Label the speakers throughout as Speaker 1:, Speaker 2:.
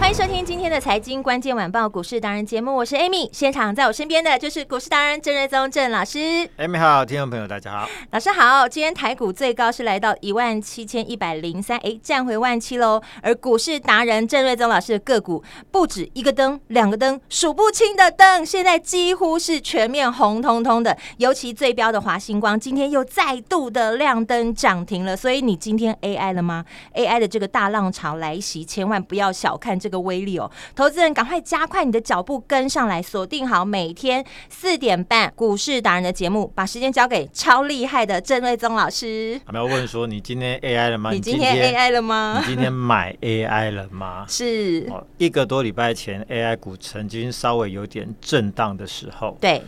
Speaker 1: 欢迎收听今天的财经关键晚报股市达人节目，我是 Amy，现场在我身边的就是股市达人郑瑞宗郑老师，
Speaker 2: 艾米哎好，听众朋友大家好。
Speaker 1: 老师好。今天台股最高是来到一万七千一百零三，哎，站回万七喽。而股市达人郑瑞宗老师的个股不止一个灯、两个灯，数不清的灯，现在几乎是全面红彤彤的。尤其最标的华星光，今天又再度的亮灯涨停了。所以你今天 AI 了吗？AI 的这个大浪潮来袭，千万不要小看这个威力哦。投资人赶快加快你的脚步跟上来，锁定好每天四点半股市达人的节目，把时间交给超厉害的郑瑞宗老师。
Speaker 2: 有没有问说你今天 AI 了吗？
Speaker 1: 你今天 AI 了吗
Speaker 2: 你？今天买 AI 了吗？
Speaker 1: 是，
Speaker 2: 哦，一个多礼拜前 AI 股曾经稍微有点震荡的时候，
Speaker 1: 对，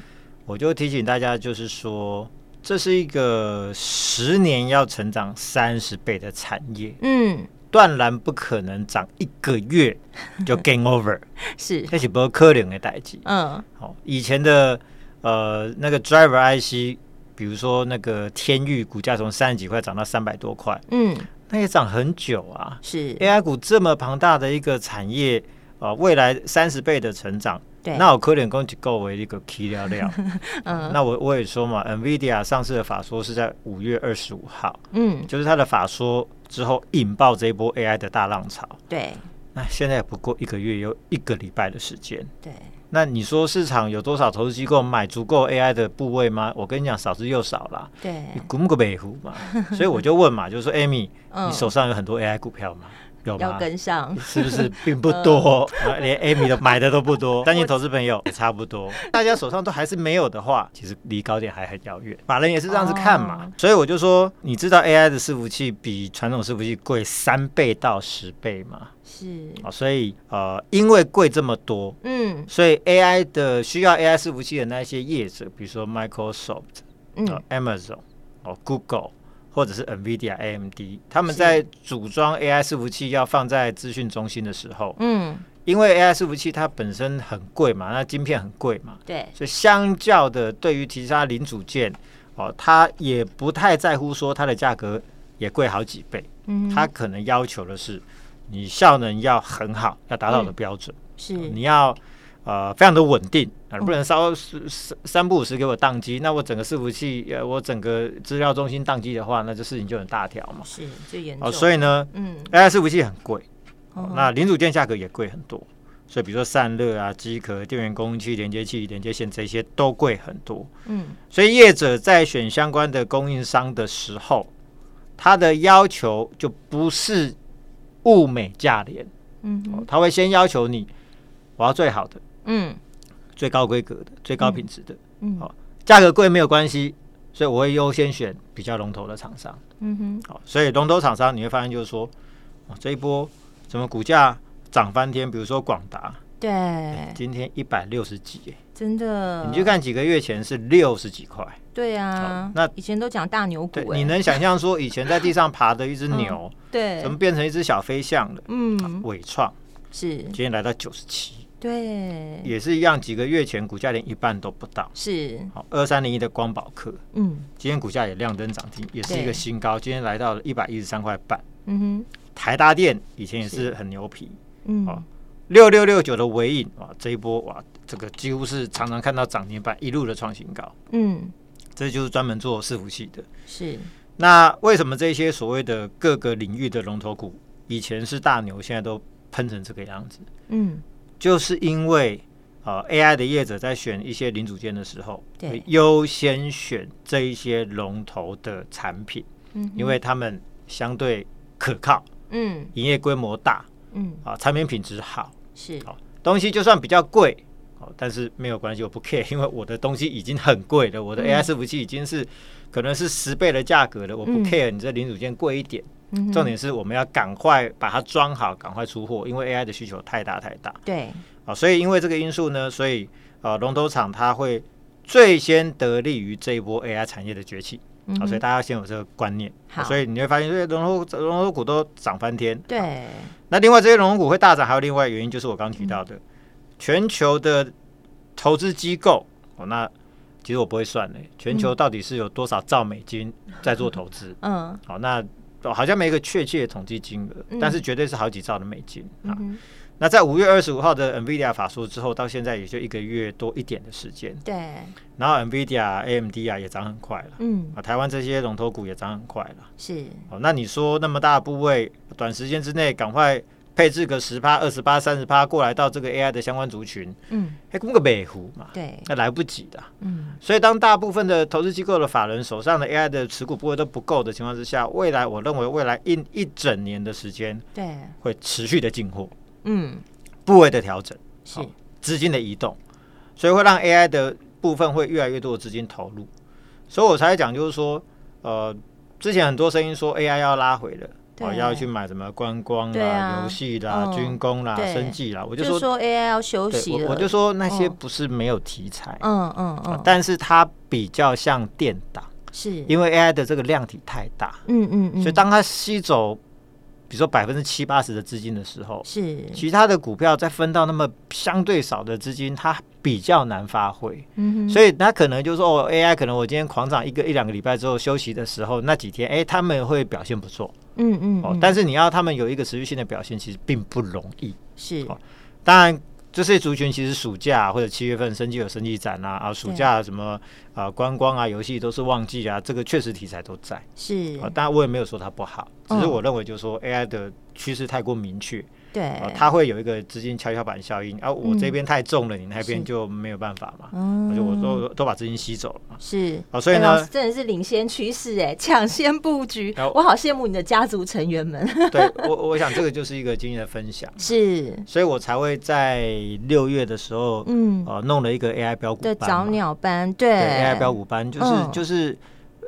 Speaker 2: 我就提醒大家，就是说这是一个十年要成长三十倍的产业，
Speaker 1: 嗯，
Speaker 2: 断然不可能涨一个月就 game over，
Speaker 1: 是，
Speaker 2: 这是不可能的代际。
Speaker 1: 嗯，
Speaker 2: 好、以前的呃那个 driver IC，比如说那个天域股价从三十几块涨到三百多块，
Speaker 1: 嗯，
Speaker 2: 那也涨很久啊。
Speaker 1: 是，
Speaker 2: AI 股这么庞大的一个产业，啊、未来三十倍的成长，
Speaker 1: 对，
Speaker 2: 那我可能供给够为一个 key 料料。
Speaker 1: 嗯
Speaker 2: 那我我也说嘛，NVIDIA 上市的法说是在五月二十五号，
Speaker 1: 嗯，
Speaker 2: 就是它的法说之后引爆这一波 AI 的大浪潮。
Speaker 1: 对
Speaker 2: 那现在不过一个月，有一个礼拜的时间。
Speaker 1: 对，
Speaker 2: 那你说市场有多少投资机构买足够 AI 的部位吗？我跟你讲，少之又少啦，
Speaker 1: 对，
Speaker 2: 你股不北湖 嘛。所以我就问嘛，就是说，Amy，
Speaker 1: 嗯
Speaker 2: 你手上有很多 AI 股票吗？有
Speaker 1: 要
Speaker 2: 吗？
Speaker 1: 跟嗯上，
Speaker 2: 是不是 并不多？啊连 Amy 的买的都不多，相信投资朋友也差不多。大家手上都还是没有的话，其实离高点还很遥远。法人也是这样子看嘛，
Speaker 1: 哦
Speaker 2: 所以我就说，你知道 AI 的伺服器比传统伺服器贵三倍到十倍嘛？
Speaker 1: 是，
Speaker 2: 啊，所以呃，因为贵这么多，
Speaker 1: 嗯
Speaker 2: 所以 AI 的需要 AI 伺服器的那一些业者，比如说 Microsoft、
Speaker 1: 嗯
Speaker 2: 呃、Amazon、哦 Google 或者是 NVIDIA、AMD，他们
Speaker 1: 是
Speaker 2: 在组装 AI 伺服器要放在资讯中心的时候，
Speaker 1: 嗯，
Speaker 2: 因为 AI 伺服器它本身很贵嘛，那晶片很贵嘛，
Speaker 1: 对，
Speaker 2: 所以相较的，对于其他零组件，哦，它也不太在乎说它的价格也贵好几倍，
Speaker 1: 嗯，
Speaker 2: 它可能要求的是你效能要很好，要达到
Speaker 1: 嗯
Speaker 2: 我的标准。
Speaker 1: 是
Speaker 2: 你要呃非常的稳定啊，不能稍三三不五时给我宕机，那我整个伺服器呃我整个资料中心宕机的话，那这事情就很大条嘛。
Speaker 1: 是最严
Speaker 2: 哦，
Speaker 1: 重，
Speaker 2: 所
Speaker 1: 以，
Speaker 2: 以呢
Speaker 1: 嗯，
Speaker 2: ，AI 伺服器很贵，哦
Speaker 1: 嗯
Speaker 2: 那零组件价格也贵很多，所以比如说散热啊、机壳、电源供应器、连接器、连接线这些都贵很多。
Speaker 1: 嗯，
Speaker 2: 所以业者在选相关的供应商的时候，他的要求就不是物美价廉，
Speaker 1: 嗯
Speaker 2: 哦
Speaker 1: 哼，
Speaker 2: 他会先要求你我要最好的。
Speaker 1: 嗯
Speaker 2: 最高规格的、最高品质的，
Speaker 1: 嗯
Speaker 2: 好价格贵没有关系，所以我会优先选比较龙头的厂商。
Speaker 1: 嗯哼，
Speaker 2: 好、所以龙头厂商你会发现就是说，哦、这一波怎么股价涨翻天？比如说广达，
Speaker 1: 对，嗯
Speaker 2: 今天一百六十几耶，
Speaker 1: 真的，
Speaker 2: 你就看几个月前是六十几块。
Speaker 1: 对啊
Speaker 2: 好，那
Speaker 1: 以前都讲大牛股
Speaker 2: 对，，
Speaker 1: 哎
Speaker 2: 你能想象说以前在地上爬的一只牛，
Speaker 1: 嗯对
Speaker 2: 怎，么变成一只小飞象了？啊
Speaker 1: 嗯，
Speaker 2: 伟创
Speaker 1: 是
Speaker 2: 今，天来到九十七，
Speaker 1: 对，
Speaker 2: 也是一样，几个月前股价连一半都不到。
Speaker 1: 是，
Speaker 2: 好、二三零一的光宝科，
Speaker 1: 嗯
Speaker 2: 今天股价也亮灯涨停，也是一
Speaker 1: 对
Speaker 2: 个新高，今天来到了一百一十三块半。
Speaker 1: 嗯
Speaker 2: 台达电以前也是很牛皮，
Speaker 1: 哼，嗯，
Speaker 2: 好六六六九的尾影哇，这一波哇，这个几乎是常常看到涨停板一路的创新高，
Speaker 1: 嗯，
Speaker 2: 这就是专门做伺服器的。
Speaker 1: 是，
Speaker 2: 那为什么这些所谓的各个领域的龙头股以前是大牛，现在都喷成这个样子？
Speaker 1: 嗯，
Speaker 2: 就是因为呃 AI 的业者在选一些零组件的时候，
Speaker 1: 对
Speaker 2: 会优先选这一些龙头的产品。
Speaker 1: 嗯哼
Speaker 2: 因为他们相对可靠，
Speaker 1: 嗯
Speaker 2: 营业规模大
Speaker 1: 嗯
Speaker 2: 啊，产品品质好，
Speaker 1: 是，
Speaker 2: 东西就算比较贵，好，但是没有关系，我不 care，因为我的东西已经很贵了，
Speaker 1: 嗯
Speaker 2: 我的 AI 伺服器已经是可能是十倍的价格了，我不
Speaker 1: 嗯
Speaker 2: care 你这零组件贵一点，
Speaker 1: 嗯哼
Speaker 2: 重点是我们要赶快把它装好，赶快出货，因为 AI 的需求太大太大。
Speaker 1: 对，
Speaker 2: 啊，所以因为这个因素呢，所以呃，龙头厂它会最先得利于这一波 AI 产业的崛起
Speaker 1: 嗯
Speaker 2: 啊，所以
Speaker 1: 哼
Speaker 2: 大家先有这个观念。啊
Speaker 1: 好
Speaker 2: 所以你会发现，这些龙头龙头股都涨翻天。
Speaker 1: 对，
Speaker 2: 那另外这些龙头股会大涨，还有另外原因就是我刚提到
Speaker 1: 嗯
Speaker 2: 的，全球的投资机构哦，那其实我不会算嘞，全球到底是有多少兆美金在做投资？
Speaker 1: 嗯
Speaker 2: 好、那哦好像没一个确切的统计金额，
Speaker 1: 嗯
Speaker 2: 但是绝对是好几兆的美金啊。
Speaker 1: 嗯哼，
Speaker 2: 那在五月二十五号的 NVIDIA 法说之后，到现在也就一个月多一点的时间，
Speaker 1: 对，
Speaker 2: 然后 NVIDIA、AMD 啊也涨很快了，
Speaker 1: 嗯
Speaker 2: 啊，台湾这些龙头股也涨很快了。
Speaker 1: 是，
Speaker 2: 哦，那你说那么大的部位，短时间之内赶快配置个十趴、二十趴、三十趴过来到这个 AI 的相关族群，哎
Speaker 1: 嗯
Speaker 2: 还估个北湖嘛？
Speaker 1: 对，
Speaker 2: 那来不及的啊。
Speaker 1: 嗯
Speaker 2: 所以，当大部分的投资机构的法人手上的 AI 的持股部位都不够的情况之下，未来我认为未来一一整年的时间
Speaker 1: 对，
Speaker 2: 会持续的进货，
Speaker 1: 嗯
Speaker 2: 部位的调整。
Speaker 1: 是
Speaker 2: 好，资金的移动，所以会让 AI 的部分会越来越多的资金投入。所以我才讲，就是说，呃，之前很多声音说 AI 要拉回了，
Speaker 1: 对啊
Speaker 2: 哦，要去买什么观光
Speaker 1: 对啊
Speaker 2: 啦、游戏啦
Speaker 1: 嗯、
Speaker 2: 军工啦
Speaker 1: 对、
Speaker 2: 生计啦，我
Speaker 1: 我
Speaker 2: 就
Speaker 1: 嗯说
Speaker 2: 说，
Speaker 1: AI 要休
Speaker 2: 对，
Speaker 1: 息了，
Speaker 2: 我我就说那些
Speaker 1: 嗯
Speaker 2: 不是没有题材，
Speaker 1: 嗯嗯
Speaker 2: 啊
Speaker 1: 嗯，
Speaker 2: 但是它比较像电档，
Speaker 1: 是，
Speaker 2: 因为 AI 的这个量体太大，
Speaker 1: 嗯嗯嗯，
Speaker 2: 所以当它吸走，比如说百分之七八十的资金的时候，
Speaker 1: 是，
Speaker 2: 其他的股票再分到那么相对少的资金，它比较难发挥，
Speaker 1: 嗯
Speaker 2: 所
Speaker 1: 以
Speaker 2: 以它可能就是说哦，AI 可能我今天狂涨一个一两个礼拜之后休息的时候，那几天哎、他们会表现不错
Speaker 1: 嗯嗯
Speaker 2: 哦，
Speaker 1: 嗯
Speaker 2: 但是你要他们有一个持续性的表现，其实并不容易。
Speaker 1: 是
Speaker 2: 哦当然，这些族群其实暑假、或者七月份生计有生计展啊，啊暑假什么啊、观光啊游戏都是旺季啊，这个确实题材都在。
Speaker 1: 是
Speaker 2: 啊，，当然我也没有说它不好，只是
Speaker 1: 嗯
Speaker 2: 我认为就是说 AI 的趋势太过明确。
Speaker 1: 对
Speaker 2: 哦，，它会有一个资金跷跷板效应，啊，我
Speaker 1: 哎嗯
Speaker 2: 这边太重了，你那
Speaker 1: 是
Speaker 2: 边就没有办法嘛，
Speaker 1: 嗯
Speaker 2: 就我都都把资金吸走了嘛。
Speaker 1: 是。
Speaker 2: 哦，所以
Speaker 1: 哎老师
Speaker 2: 呢，
Speaker 1: 真的是领先趋势哎，抢先布局
Speaker 2: 然后，
Speaker 1: 我好羡慕你的家族成员们。
Speaker 2: 对我我想这个就是一个经验的分享，
Speaker 1: 是，
Speaker 2: 所以我才会在六月的时候，
Speaker 1: 嗯，
Speaker 2: 呃，弄了一个 AI 标股
Speaker 1: 的
Speaker 2: 班
Speaker 1: 早
Speaker 2: 嘛
Speaker 1: 鸟班，
Speaker 2: 对
Speaker 1: 对
Speaker 2: AI 标股班，就是
Speaker 1: 嗯
Speaker 2: 就是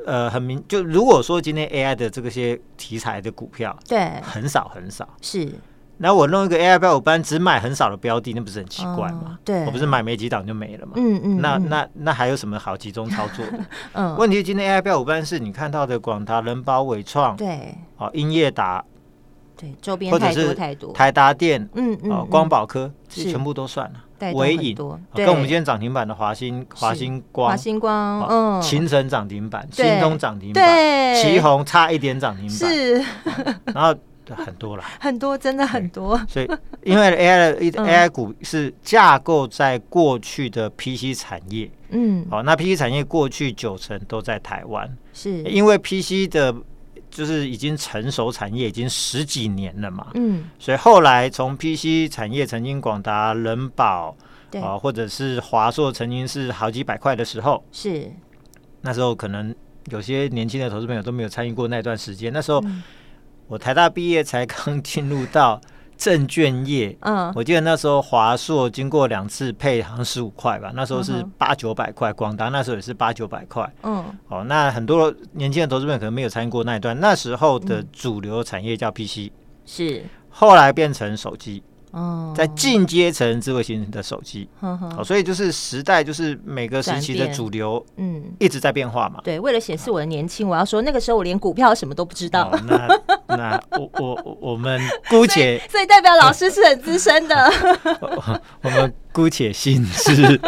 Speaker 2: 呃，很明，就如果说今天 AI 的这个些题材的股票
Speaker 1: 对
Speaker 2: 很少很少。
Speaker 1: 是，
Speaker 2: 然后我弄一个 AI 标股班，只买很少的标的，那不是很奇怪吗
Speaker 1: 嗯？对
Speaker 2: 我不是买没几档就没了嘛。
Speaker 1: 嗯嗯，
Speaker 2: 那
Speaker 1: 嗯
Speaker 2: 那那还有什么好集中操作的？
Speaker 1: 嗯，
Speaker 2: 问题今天 AI 标五班是你看到的广达、人保、伟创、
Speaker 1: 对
Speaker 2: 哦英业达、
Speaker 1: 对，周边
Speaker 2: 或者
Speaker 1: 太多
Speaker 2: 是
Speaker 1: 太多，
Speaker 2: 台达电、
Speaker 1: 嗯嗯，
Speaker 2: 哦
Speaker 1: 嗯
Speaker 2: 光宝科，这
Speaker 1: 是
Speaker 2: 全部都算了
Speaker 1: 带。动
Speaker 2: 微
Speaker 1: 很
Speaker 2: 影
Speaker 1: 多
Speaker 2: 哦
Speaker 1: 对
Speaker 2: 跟我们今天涨停板的华星、华
Speaker 1: 是
Speaker 2: 星
Speaker 1: 华
Speaker 2: 光、
Speaker 1: 星光，
Speaker 2: 哦
Speaker 1: 嗯，
Speaker 2: 秦城涨停板、
Speaker 1: 对
Speaker 2: 新东涨停板、
Speaker 1: 对，
Speaker 2: 旗宏差一点涨停板，
Speaker 1: 是
Speaker 2: 然后很多了。
Speaker 1: 很多，真的很多，
Speaker 2: 所以，因为 AI 的
Speaker 1: 嗯
Speaker 2: AI 股是架构在过去的 PC 产业，
Speaker 1: 嗯，
Speaker 2: 哦，那 PC 产业过去九成都在台湾，
Speaker 1: 是，
Speaker 2: 因为 PC 的就是已经成熟产业已经十几年了嘛，
Speaker 1: 嗯，
Speaker 2: 所以后来从 PC 产业曾经广达、人保
Speaker 1: 对，
Speaker 2: 啊，或者是华硕曾经是好几百块的时候，
Speaker 1: 是，
Speaker 2: 那时候可能有些年轻的投资朋友都没有参与过那段时间。那时候
Speaker 1: 嗯
Speaker 2: 我台大毕业才刚进入到证券业。
Speaker 1: 嗯，
Speaker 2: 我记得那时候华硕经过两次配好像十五块吧，那时候
Speaker 1: 嗯
Speaker 2: 是
Speaker 1: 哼
Speaker 2: 八九百块，广达那时候也是八九百块，
Speaker 1: 嗯，
Speaker 2: 哦，那很多年轻的投资朋友可能没有参与过那一段，那时候的
Speaker 1: 嗯
Speaker 2: 主流产业叫 PC，、
Speaker 1: 是，
Speaker 2: 后来变成手机，
Speaker 1: 嗯，
Speaker 2: 再进阶成智慧型的手机。
Speaker 1: 呵呵
Speaker 2: 哦，所以就是时代，就是每个时期
Speaker 1: 转
Speaker 2: 的
Speaker 1: 变
Speaker 2: 主流
Speaker 1: 嗯，
Speaker 2: 一直在变化嘛。
Speaker 1: 对，为了显示我的年轻，我要说那个时候我连股票什么都不知道
Speaker 2: 哦，，那那我我我我们姑且
Speaker 1: 所以代表老师是很资深 的。
Speaker 2: 我我们姑且信之。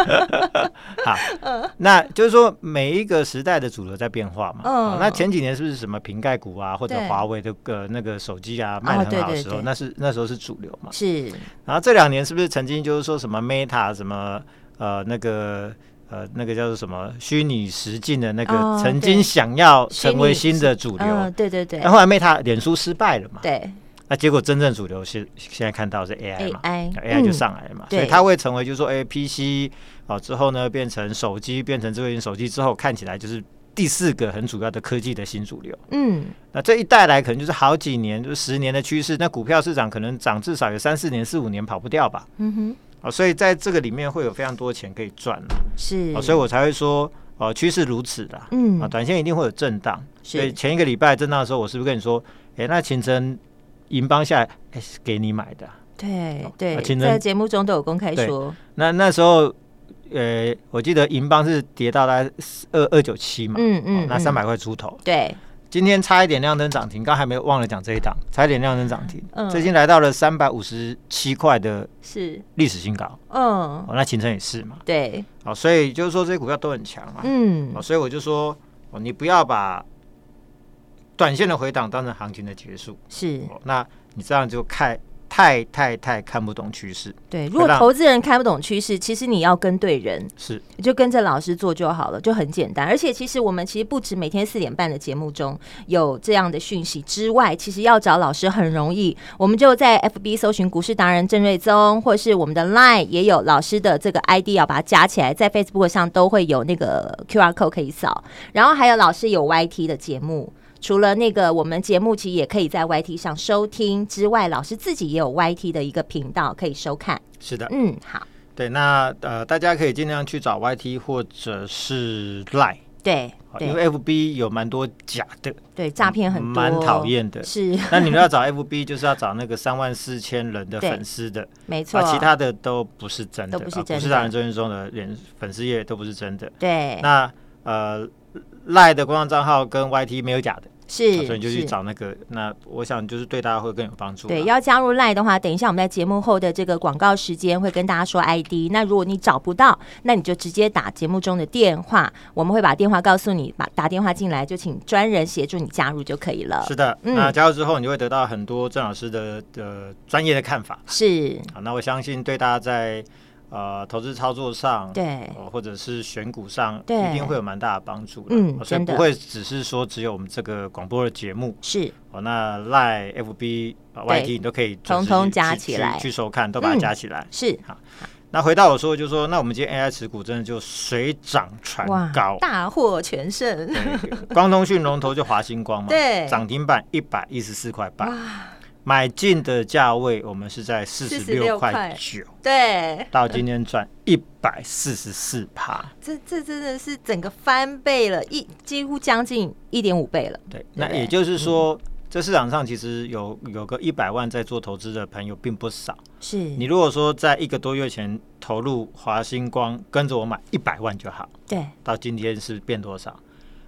Speaker 2: 好，
Speaker 1: 嗯
Speaker 2: 那就是说每一个时代的主流在变化嘛。
Speaker 1: 嗯
Speaker 2: 好那前几年是不是什么瓶盖股啊，或者
Speaker 1: 对
Speaker 2: 华为的呃那个手机啊卖的
Speaker 1: 对
Speaker 2: 很好的
Speaker 1: 对
Speaker 2: 时候，
Speaker 1: 对
Speaker 2: 那是那时候是主流嘛。
Speaker 1: 是，
Speaker 2: 然后这两年是不是曾经就是说什么 Meta 什么呃那个。呃，那个叫做什么虚拟实境的那
Speaker 1: 哦对
Speaker 2: 个，曾经想要成为
Speaker 1: 虚拟
Speaker 2: 新的主流，
Speaker 1: 嗯，对对对
Speaker 2: 但，后来 Meta 脸书失败了嘛？
Speaker 1: 对
Speaker 2: 那结果真正主流是现在看到是 AI 嘛
Speaker 1: AI
Speaker 2: AI 就上来了嘛，
Speaker 1: 嗯对
Speaker 2: 所以它会成为就是说 APC 哦之后呢变成手机，变成智慧型手机之后，看起来就是第四个很主要的科技的新主流。
Speaker 1: 嗯，
Speaker 2: 那这一带来可能就是好几年，就是十年的趋势。那股票市场可能涨至少有三四年、四五年跑不掉吧。
Speaker 1: 嗯哼，
Speaker 2: 啊，所以在这个里面会有非常多钱可以赚啊
Speaker 1: 是
Speaker 2: 啊，所以我才会说，呃，趋势如此啦，
Speaker 1: 嗯
Speaker 2: 啊，短线一定会有震荡，
Speaker 1: 是
Speaker 2: 所以前一个礼拜震荡的时候，我是不是跟你说，哎、那秦晨银邦下来，哎、是给你买的啊、
Speaker 1: 对
Speaker 2: 啊
Speaker 1: 对，
Speaker 2: 情人
Speaker 1: 在节目中都有公开
Speaker 2: 对
Speaker 1: 说，
Speaker 2: 那那时候，呃，我记得银邦是跌到大概二二九七嘛，
Speaker 1: 嗯嗯
Speaker 2: 哦那
Speaker 1: 嗯
Speaker 2: 三百块出头，
Speaker 1: 对，
Speaker 2: 今天差一点亮灯涨停，刚还没有忘了讲这一档，差一点亮灯涨停，
Speaker 1: 嗯
Speaker 2: 最近来到了三百五十七块的
Speaker 1: 是，
Speaker 2: 历史新高，
Speaker 1: 嗯，
Speaker 2: 哦，那秦晨也是嘛，
Speaker 1: 对，
Speaker 2: 哦，所以就是说这些股票都很强嘛，
Speaker 1: 嗯
Speaker 2: 哦，，所以我就说，哦，你不要把短线的回档当成行情的结束，
Speaker 1: 是
Speaker 2: 哦，那你这样就看太太太看不懂趋势，
Speaker 1: 对。如果
Speaker 2: 让
Speaker 1: 投资人看不懂趋势，其实你要跟对人，
Speaker 2: 是
Speaker 1: 就跟着老师做就好了，就很简单。而且其实我们其实不止每天四点半的节目中有这样的讯息之外，其实要找老师很容易，我们就在 FB 搜寻股市达人郑瑞宗，或是我们的 Line 也有老师的这个 ID 要把它加起来，在 Facebook 上都会有那个 QR code 可以扫。然后还有老师有 YT 的节目。除了那个我们节目其实也可以在 YT 上收听之外，老师自己也有 YT 的一个频道可以收看。
Speaker 2: 是的，
Speaker 1: 嗯，好，
Speaker 2: 对，那呃，大家可以尽量去找 YT 或者是 Line，
Speaker 1: 对
Speaker 2: 哦
Speaker 1: 对
Speaker 2: 因为 FB 有蛮多假的，
Speaker 1: 对，诈骗很多，
Speaker 2: 嗯蛮讨厌的。
Speaker 1: 是
Speaker 2: 那你们要找 FB，就是要找那个三万四千人的粉丝的，
Speaker 1: 没错，
Speaker 2: 啊，其他的都不是真的，
Speaker 1: 都不是
Speaker 2: 啊
Speaker 1: 真的
Speaker 2: 不是达人中心中的连粉丝页都不是真的。
Speaker 1: 对
Speaker 2: 那呃，赖的官方账号跟 YT 没有假的，
Speaker 1: 是，
Speaker 2: 啊所以你就是去找那个。那我想就是对大家会更有帮助。
Speaker 1: 对，，要加入 Line 的话，等一下我们在节目后的这个广告时间会跟大家说 ID。那如果你找不到，那你就直接打节目中的电话，我们会把电话告诉你，把打电话进来就请专人协助你加入就可以了。
Speaker 2: 是的。
Speaker 1: 嗯
Speaker 2: 那加入之后，你就会得到很多郑老师的呃专业的看法。
Speaker 1: 是，
Speaker 2: 好，那我相信对大家在呃投资操作上，
Speaker 1: 对
Speaker 2: 呃或者是选股上，
Speaker 1: 对
Speaker 2: 一定会有蛮大的帮助的。
Speaker 1: 嗯
Speaker 2: 呃所以
Speaker 1: 真的
Speaker 2: 不会只是说只有我们这个广播的节目
Speaker 1: 是，
Speaker 2: 哦，那赖 FB、呃、
Speaker 1: 对
Speaker 2: YT 你都可以就是
Speaker 1: 通通
Speaker 2: 去
Speaker 1: 加
Speaker 2: 去
Speaker 1: 起来
Speaker 2: 去收看，都把它
Speaker 1: 嗯
Speaker 2: 加起来。
Speaker 1: 是，
Speaker 2: 那回到我说，就是说，那我们今天 AI 持股真的就水涨船高，
Speaker 1: 大获全胜，
Speaker 2: 光通讯龙头就华星光嘛，
Speaker 1: 对
Speaker 2: 涨停板一百一十四块八，买进的价位我们是在四十六块九，
Speaker 1: 对，
Speaker 2: 到今天赚一百四十四趴，
Speaker 1: 这这真的是整个翻倍了，一几乎将近一点五倍了，
Speaker 2: 对，
Speaker 1: 对嗯
Speaker 2: 那也就是说。这市场上其实有有个一百万在做投资的朋友并不少。
Speaker 1: 是
Speaker 2: 你如果说在一个多月前投入华星光，跟着我买一百万就好，
Speaker 1: 对，
Speaker 2: 到今天是变多少？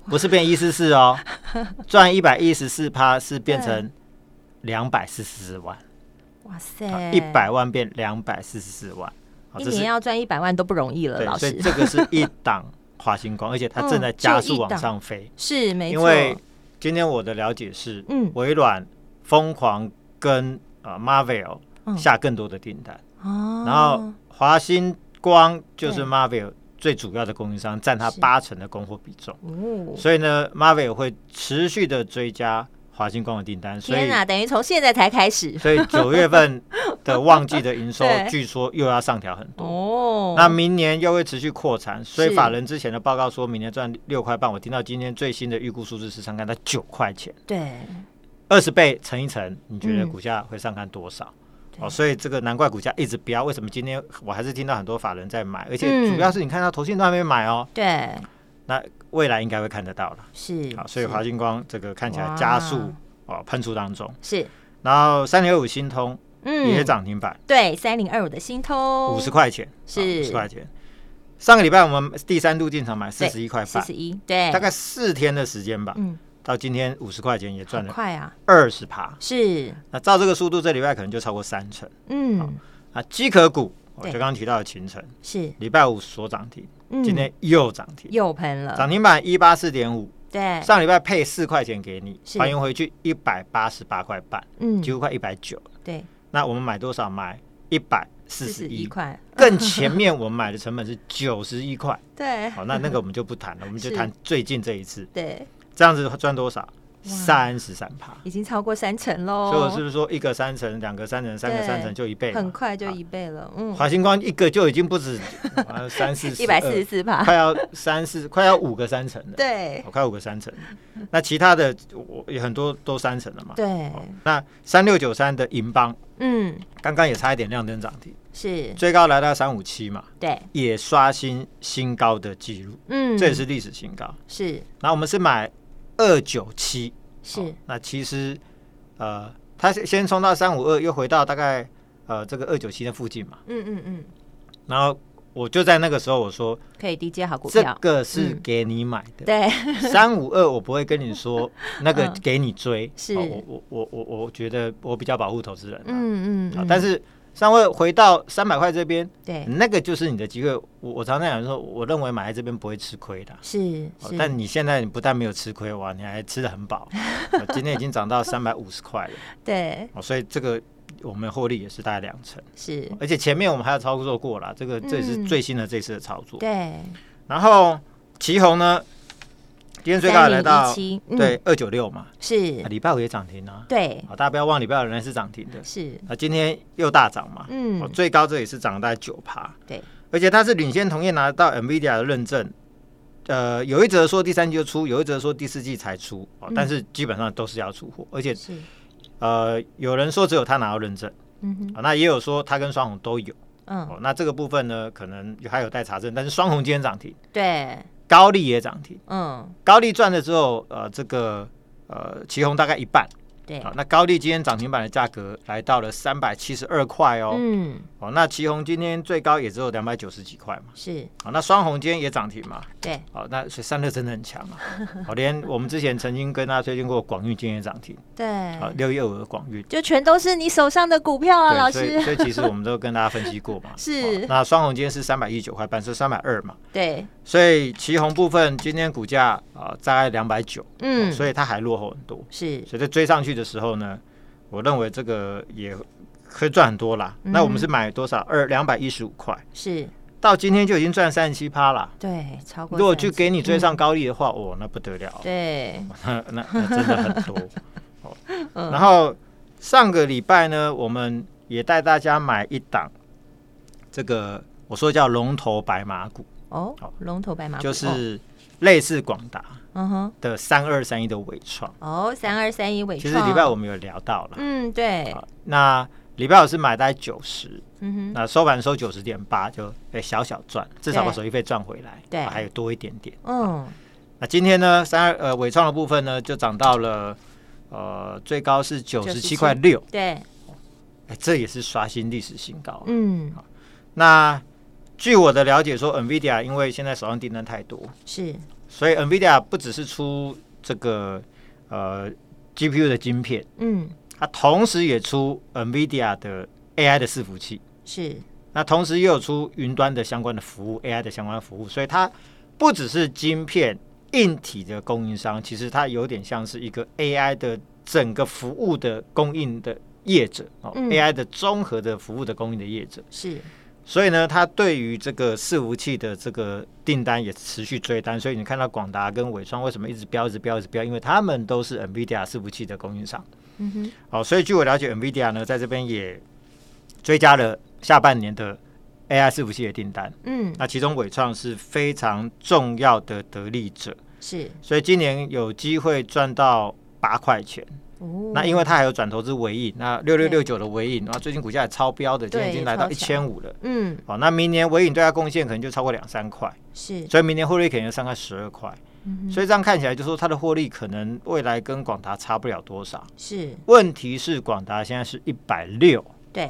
Speaker 2: 不是变一四四 哦，赚一百一十四趴是变成两百四十四万，
Speaker 1: 哇塞，
Speaker 2: 啊一百万变两百四十四万，啊
Speaker 1: 一
Speaker 2: 这是
Speaker 1: 年要赚一百万都不容易了，
Speaker 2: 对
Speaker 1: 老，
Speaker 2: 所
Speaker 1: 师嗯
Speaker 2: 以这个是一档华星光，而且它正在加速往上飞。
Speaker 1: 是没错，
Speaker 2: 因为今天我的了解是，
Speaker 1: 嗯
Speaker 2: 微软疯狂跟呃 Marvel
Speaker 1: 嗯
Speaker 2: 下更多的订单，
Speaker 1: 哦，
Speaker 2: 然后华星光就是
Speaker 1: 对
Speaker 2: Marvel 最主要的供应商，占它
Speaker 1: 是
Speaker 2: 八成的供货比重。
Speaker 1: 哦，
Speaker 2: 所以呢，Marvel 会持续的追加华星光的订单，所
Speaker 1: 天
Speaker 2: 以
Speaker 1: 哪、等于从现在才开始
Speaker 2: 所以九月份的旺季的营收
Speaker 1: 对
Speaker 2: 据说又要上调很多。
Speaker 1: 哦
Speaker 2: 那明年又会持续扩产，所以
Speaker 1: 是
Speaker 2: 法人之前的报告说明年赚六块半，我听到今天最新的预估数字是上看到九块钱，
Speaker 1: 对
Speaker 2: 二十倍乘一乘，你觉得
Speaker 1: 嗯
Speaker 2: 股价会上看多少？
Speaker 1: 对
Speaker 2: 哦，所以这个难怪股价一直飙，为什么今天我还是听到很多法人在买，而且
Speaker 1: 嗯
Speaker 2: 主要是你看到投信都还没买哦，
Speaker 1: 对
Speaker 2: 那未来应该会看得到了。
Speaker 1: 是，
Speaker 2: 好，所以
Speaker 1: 是
Speaker 2: 华星光这个看起
Speaker 1: 哇
Speaker 2: 来加速哦喷出当中，
Speaker 1: 是
Speaker 2: 然后三零二五新通
Speaker 1: 嗯
Speaker 2: 也涨停板
Speaker 1: 对三零二五的新通
Speaker 2: 五十块钱，啊
Speaker 1: 是
Speaker 2: 五十块钱。上个礼拜我们第三度进场买四十一块
Speaker 1: 四
Speaker 2: 半
Speaker 1: 十，一对，
Speaker 2: 大概四天的时间吧，
Speaker 1: 嗯
Speaker 2: 到今天五十块钱也赚
Speaker 1: 很
Speaker 2: 了
Speaker 1: 快啊
Speaker 2: 二十趴。
Speaker 1: 是
Speaker 2: 那照这个速度，这礼拜可能就超过三成
Speaker 1: 嗯
Speaker 2: 啊。机壳股，我
Speaker 1: 对
Speaker 2: 就刚刚提到的秦城，
Speaker 1: 是
Speaker 2: 礼拜五所涨停，
Speaker 1: 嗯
Speaker 2: 今天又涨停，
Speaker 1: 又喷了
Speaker 2: 涨停板一八四点五，
Speaker 1: 对
Speaker 2: 上礼拜配四块钱给你，
Speaker 1: 哎是
Speaker 2: 还原回去一百八十八块半，
Speaker 1: 嗯
Speaker 2: 几乎快一百九。
Speaker 1: 对
Speaker 2: 那我们买多少？买一百四
Speaker 1: 四十
Speaker 2: 十
Speaker 1: 一
Speaker 2: 一。
Speaker 1: 块
Speaker 2: 更前面我们买的成本是九十一块，
Speaker 1: 对
Speaker 2: 好，那那个我们就不谈了，我们就是谈最近这一次，
Speaker 1: 对
Speaker 2: 这样子赚多少？三十三趴。
Speaker 1: 已经超过三成
Speaker 2: 所以我
Speaker 1: 喽
Speaker 2: 是，不是说一个三成，两个三成，三个
Speaker 1: 哦对
Speaker 2: 三成就一倍嘛？
Speaker 1: 很快就
Speaker 2: 啊
Speaker 1: 一倍了，嗯，
Speaker 2: 华星光一个就已经不止 啊三四呃
Speaker 1: 一百四十四吧，
Speaker 2: 快要三四，快要五个三成了。 哦
Speaker 1: 对
Speaker 2: 我快五个三成，那其他的我也很多都三成了嘛。
Speaker 1: 对，
Speaker 2: 哦那三六九三的银邦
Speaker 1: 嗯，
Speaker 2: 刚刚也差一点亮灯涨停，
Speaker 1: 是，
Speaker 2: 最高来到三五七嘛，
Speaker 1: 对，
Speaker 2: 也刷新新高的记录，
Speaker 1: 嗯，
Speaker 2: 这也是历史新高。
Speaker 1: 是
Speaker 2: 那我们是买二九七，
Speaker 1: 是，
Speaker 2: 那其实呃，它先先冲到三五二，又回到大概呃这个二九七的附近嘛，
Speaker 1: 嗯嗯嗯，
Speaker 2: 然后我就在那个时候我说，
Speaker 1: 可以低接好股
Speaker 2: 这
Speaker 1: 票，
Speaker 2: 个是
Speaker 1: 嗯
Speaker 2: 给你买 的，
Speaker 1: 对，
Speaker 2: 三五二，我不会跟 你说那个
Speaker 1: 嗯
Speaker 2: 给你追，
Speaker 1: 是
Speaker 2: 哦我我我我我觉得我比较保护投资人、啊，
Speaker 1: 嗯嗯
Speaker 2: 啊
Speaker 1: 嗯，
Speaker 2: 但是嗯上位回到三百块这边，
Speaker 1: 对，
Speaker 2: 那个就是你的机会。我我常常讲说，我认为买在这边不会吃亏的啊。
Speaker 1: 是
Speaker 2: 哦
Speaker 1: 是，
Speaker 2: 但你现在你不但没有吃亏哇，你还吃的 很饱。哦今天已经涨到三百五十块了，
Speaker 1: 对
Speaker 2: 哦，所以这个我们获利也是大概两成，
Speaker 1: 是，
Speaker 2: 而且前面我们还有操作过啦，这个这也是
Speaker 1: 嗯
Speaker 2: 最新的这次的操作。
Speaker 1: 对，
Speaker 2: 然后旗红呢，今天最高来到
Speaker 1: 3017嗯
Speaker 2: 对二九六嘛，啊
Speaker 1: 是，
Speaker 2: 礼拜五也涨停啊，
Speaker 1: 对
Speaker 2: 好，大家不要忘礼拜五仍然是涨停的，
Speaker 1: 是，
Speaker 2: 啊，今天又大涨嘛，
Speaker 1: 嗯
Speaker 2: 哦，最高这也是涨了大概九趴，
Speaker 1: 对，
Speaker 2: 而且它是领先同业拿到 NVIDIA 的认证，呃，有一则说第三季就出，有一则说第四季才出，哦
Speaker 1: 嗯，
Speaker 2: 但是基本上都是要出货，而且
Speaker 1: 是，
Speaker 2: 呃，有人说只有他拿到认证，
Speaker 1: 嗯哼，
Speaker 2: 啊，那也有说他跟双红都有，哦
Speaker 1: 嗯，，
Speaker 2: 那这个部分呢，可能还有待查证，但是双红今天涨停，
Speaker 1: 对，
Speaker 2: 高丽也涨停。
Speaker 1: 嗯
Speaker 2: 高利赚了之后，呃，这个呃，旗红大概一半。
Speaker 1: 对
Speaker 2: 好，，那高利今天涨停板的价格来到了三百七十二块哦。
Speaker 1: 嗯
Speaker 2: 哦，那旗红今天最高也只有两百九十几块嘛。
Speaker 1: 是，
Speaker 2: 好，那双红今天也涨停嘛。
Speaker 1: 对
Speaker 2: 好，那所以散热真的很强 啊。好，连我们之前曾经跟大家推荐过广运今天也涨停。
Speaker 1: 对
Speaker 2: 好，，六一二五的广运。
Speaker 1: 就全都是你手上的股票啊，老
Speaker 2: 所以
Speaker 1: 师，
Speaker 2: 所以其实我们都跟大家分析过嘛。
Speaker 1: 是
Speaker 2: 哦那双红今天是三百一十九块半，是三百二嘛。
Speaker 1: 对，
Speaker 2: 所以旗红部分今天股价啊、大概两百九，
Speaker 1: 嗯，
Speaker 2: 所
Speaker 1: 以
Speaker 2: 以它还落后很多。
Speaker 1: 是
Speaker 2: 所以在追上去的时候呢，我认为这个也可以赚很多啦。
Speaker 1: 嗯
Speaker 2: 那我们是买多少？二两百一十五块，
Speaker 1: 是，
Speaker 2: 到今天就已经赚三十七趴啦。
Speaker 1: 对，超过
Speaker 2: 如果
Speaker 1: 30
Speaker 2: 就给你追上高利的话，哦哇，那不得了，
Speaker 1: 对，
Speaker 2: 那那那真的很 多。哦
Speaker 1: 嗯
Speaker 2: 然后上个礼拜呢，我们也带大家买一档，这个我说叫龙头白马股，
Speaker 1: 哦
Speaker 2: 好，
Speaker 1: 龙头白马股
Speaker 2: 就
Speaker 1: 哦
Speaker 2: 是类似广达
Speaker 1: 嗯哼，
Speaker 2: 的三二三一的伟创。
Speaker 1: 哦，三二三一伟
Speaker 2: 其
Speaker 1: 创，
Speaker 2: 实礼拜我们有聊到了，
Speaker 1: 嗯，对，
Speaker 2: 好那礼拜五是买大概九十，
Speaker 1: 嗯哼，
Speaker 2: 那收盘收九十点八，就哎小小赚，至少
Speaker 1: 对
Speaker 2: 把手续费赚回来，
Speaker 1: 对
Speaker 2: 啊还有多一点点。
Speaker 1: 嗯，
Speaker 2: 那今天呢，三二呃伟创的部分呢，就涨到了呃最高是九十七块六，
Speaker 1: 对，
Speaker 2: 哎，这也是刷新历史新高。啊
Speaker 1: 嗯，
Speaker 2: 那据我的了解说，NVIDIA 因为现在手上订单太多，
Speaker 1: 是，
Speaker 2: 所以 NVIDIA 不只是出这个呃 GPU 的晶片，
Speaker 1: 嗯，
Speaker 2: 它同时也出 NVIDIA 的 AI 的伺服器。
Speaker 1: 是，
Speaker 2: 那同时也有出云端的相关的服务，AI 的相关的服务，所以它不只是晶片硬体的供应商，其实它有点像是一个 AI 的整个服务的供应的业者哦、
Speaker 1: 嗯
Speaker 2: a i 的综合的服务的供应的业者。
Speaker 1: 是，
Speaker 2: 所以呢，它对于这个伺服器的这个订单也持续追单，所以你看到广达跟伟创为什么一直飙、一直飙、一直飙，因为他们都是 NVIDIA 伺服器的供应商。
Speaker 1: 嗯哼，
Speaker 2: 好，所以据我了解，NVIDIA 呢在这边也追加了下半年的 AI 伺服器的订单。
Speaker 1: 嗯，
Speaker 2: 那其中伟创是非常重要的得利者，
Speaker 1: 是，
Speaker 2: 所以今年有机会赚到八块钱。
Speaker 1: 哦，
Speaker 2: 那因为它还有转投资尾影，那六六六九的尾影，然后最近股价也超标的，今天已经来到
Speaker 1: 对
Speaker 2: 一
Speaker 1: 超强
Speaker 2: 千五了。
Speaker 1: 嗯，
Speaker 2: 好，那明年尾影对它贡献可能就超过两三块，
Speaker 1: 是，
Speaker 2: 所以明年获利可能就上看十二块。
Speaker 1: 嗯
Speaker 2: 所以这样看起来，就说它的获利可能未来跟广达差不了多少。
Speaker 1: 哼，是，
Speaker 2: 问题是广达现在是一百六，
Speaker 1: 对，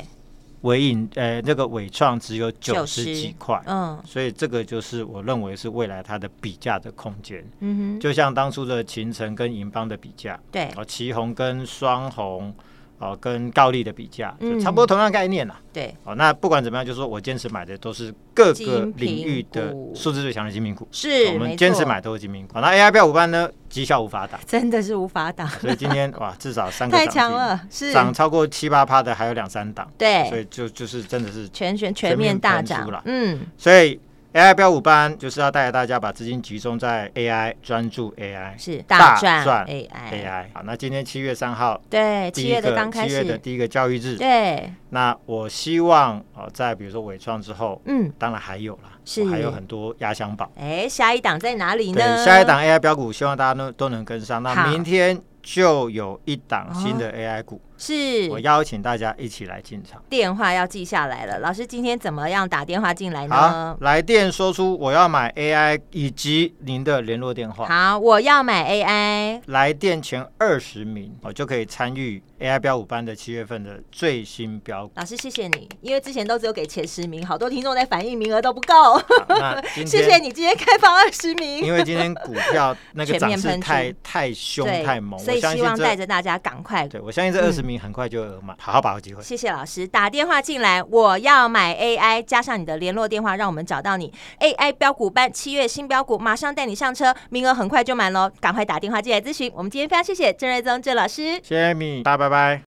Speaker 2: 伟影呃那个伟创只有九十几块，
Speaker 1: 嗯，
Speaker 2: 所以这个就是我认为是未来它的比价的空间。
Speaker 1: 嗯哼，
Speaker 2: 就像当初的秦城跟银邦的比价，
Speaker 1: 对，
Speaker 2: 哦，旗红跟双红，哦，跟高丽的比价，
Speaker 1: 嗯
Speaker 2: 就差不多同样概念啦。
Speaker 1: 对，
Speaker 2: 哦，那不管怎么样，就是说我坚持买的都是各个
Speaker 1: 精品
Speaker 2: 领域的
Speaker 1: 股
Speaker 2: 数字最强的精品股，哦
Speaker 1: 是，
Speaker 2: 我们
Speaker 1: 没
Speaker 2: 坚持
Speaker 1: 错
Speaker 2: 买，都是精品股。好那 AI 标五班呢，绩效无法打，
Speaker 1: 真的是无法打，
Speaker 2: 所以今天哇，至少三个
Speaker 1: 太
Speaker 2: 涨
Speaker 1: 强
Speaker 2: 停，
Speaker 1: 了，是，
Speaker 2: 涨超过七八趴的还有两三档。所
Speaker 1: 对，
Speaker 2: 以就就是真的是，
Speaker 1: 全全
Speaker 2: 全
Speaker 1: 全
Speaker 2: 面
Speaker 1: 面大
Speaker 2: 喷出
Speaker 1: 涨
Speaker 2: 啦，
Speaker 1: 嗯，
Speaker 2: 所以 AI 标五班就是要带着大家把资金集中在 AI，专注 AI，
Speaker 1: 是大赚
Speaker 2: 赚
Speaker 1: AI。
Speaker 2: AI。好，那今天七月三号，
Speaker 1: 对，哎七
Speaker 2: 第一
Speaker 1: 月
Speaker 2: 个
Speaker 1: 的刚开
Speaker 2: 七月的
Speaker 1: 始，
Speaker 2: 第一个教育日，
Speaker 1: 对，
Speaker 2: 那我希望哦，呃在比如说伟创之后，
Speaker 1: 嗯，
Speaker 2: 当然还有啦，
Speaker 1: 是
Speaker 2: 我还有很多压箱宝。
Speaker 1: 哎，下一档在哪里
Speaker 2: 对，
Speaker 1: 呢？
Speaker 2: 下一档 AI 标股，希望大家都都能跟上。
Speaker 1: 好哦
Speaker 2: 那明天就有一档新的 AI 股，
Speaker 1: 是
Speaker 2: 我邀请大家一起来进场。
Speaker 1: 电话要记下来了。老师今天怎么样打电话进来
Speaker 2: 好
Speaker 1: 呢，？
Speaker 2: 来电说出我要买 AI 以及您的联络电话。
Speaker 1: 好，我要买 AI。
Speaker 2: 来电前二十名，我就可以参与 AI 标五班的七月份的最新标股。
Speaker 1: 老师，谢谢你，因为之前都只有给前十名，好多听众在反映名额都不够。
Speaker 2: 好那今天
Speaker 1: 谢谢你今天开放二十名，
Speaker 2: 因为今天股票那个
Speaker 1: 全面
Speaker 2: 涨势
Speaker 1: 喷出
Speaker 2: 太太凶
Speaker 1: 对
Speaker 2: 太猛，
Speaker 1: 所
Speaker 2: 我
Speaker 1: 以
Speaker 2: 相
Speaker 1: 希
Speaker 2: 信
Speaker 1: 望带
Speaker 2: 这
Speaker 1: 着大家赶快。
Speaker 2: 对我相信这二十名很快就有满，好好把握机会。
Speaker 1: 谢谢老师，打电话进来，我要买 AI，加上你的联络电话，让我们找到你。AI 标股班七月新标股，马上带你上车，名额很快就满喽，赶快打电话进来咨询。我们今天非常谢谢郑瑞宗郑老师。
Speaker 2: 谢谢米，大家拜拜。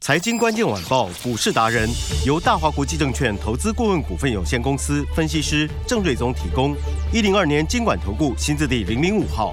Speaker 3: 财经关键晚报股市达人由大华国际证券投资顾问股份有限公司分析师郑瑞宗提供。一零二年经管投顾新字第零零五号。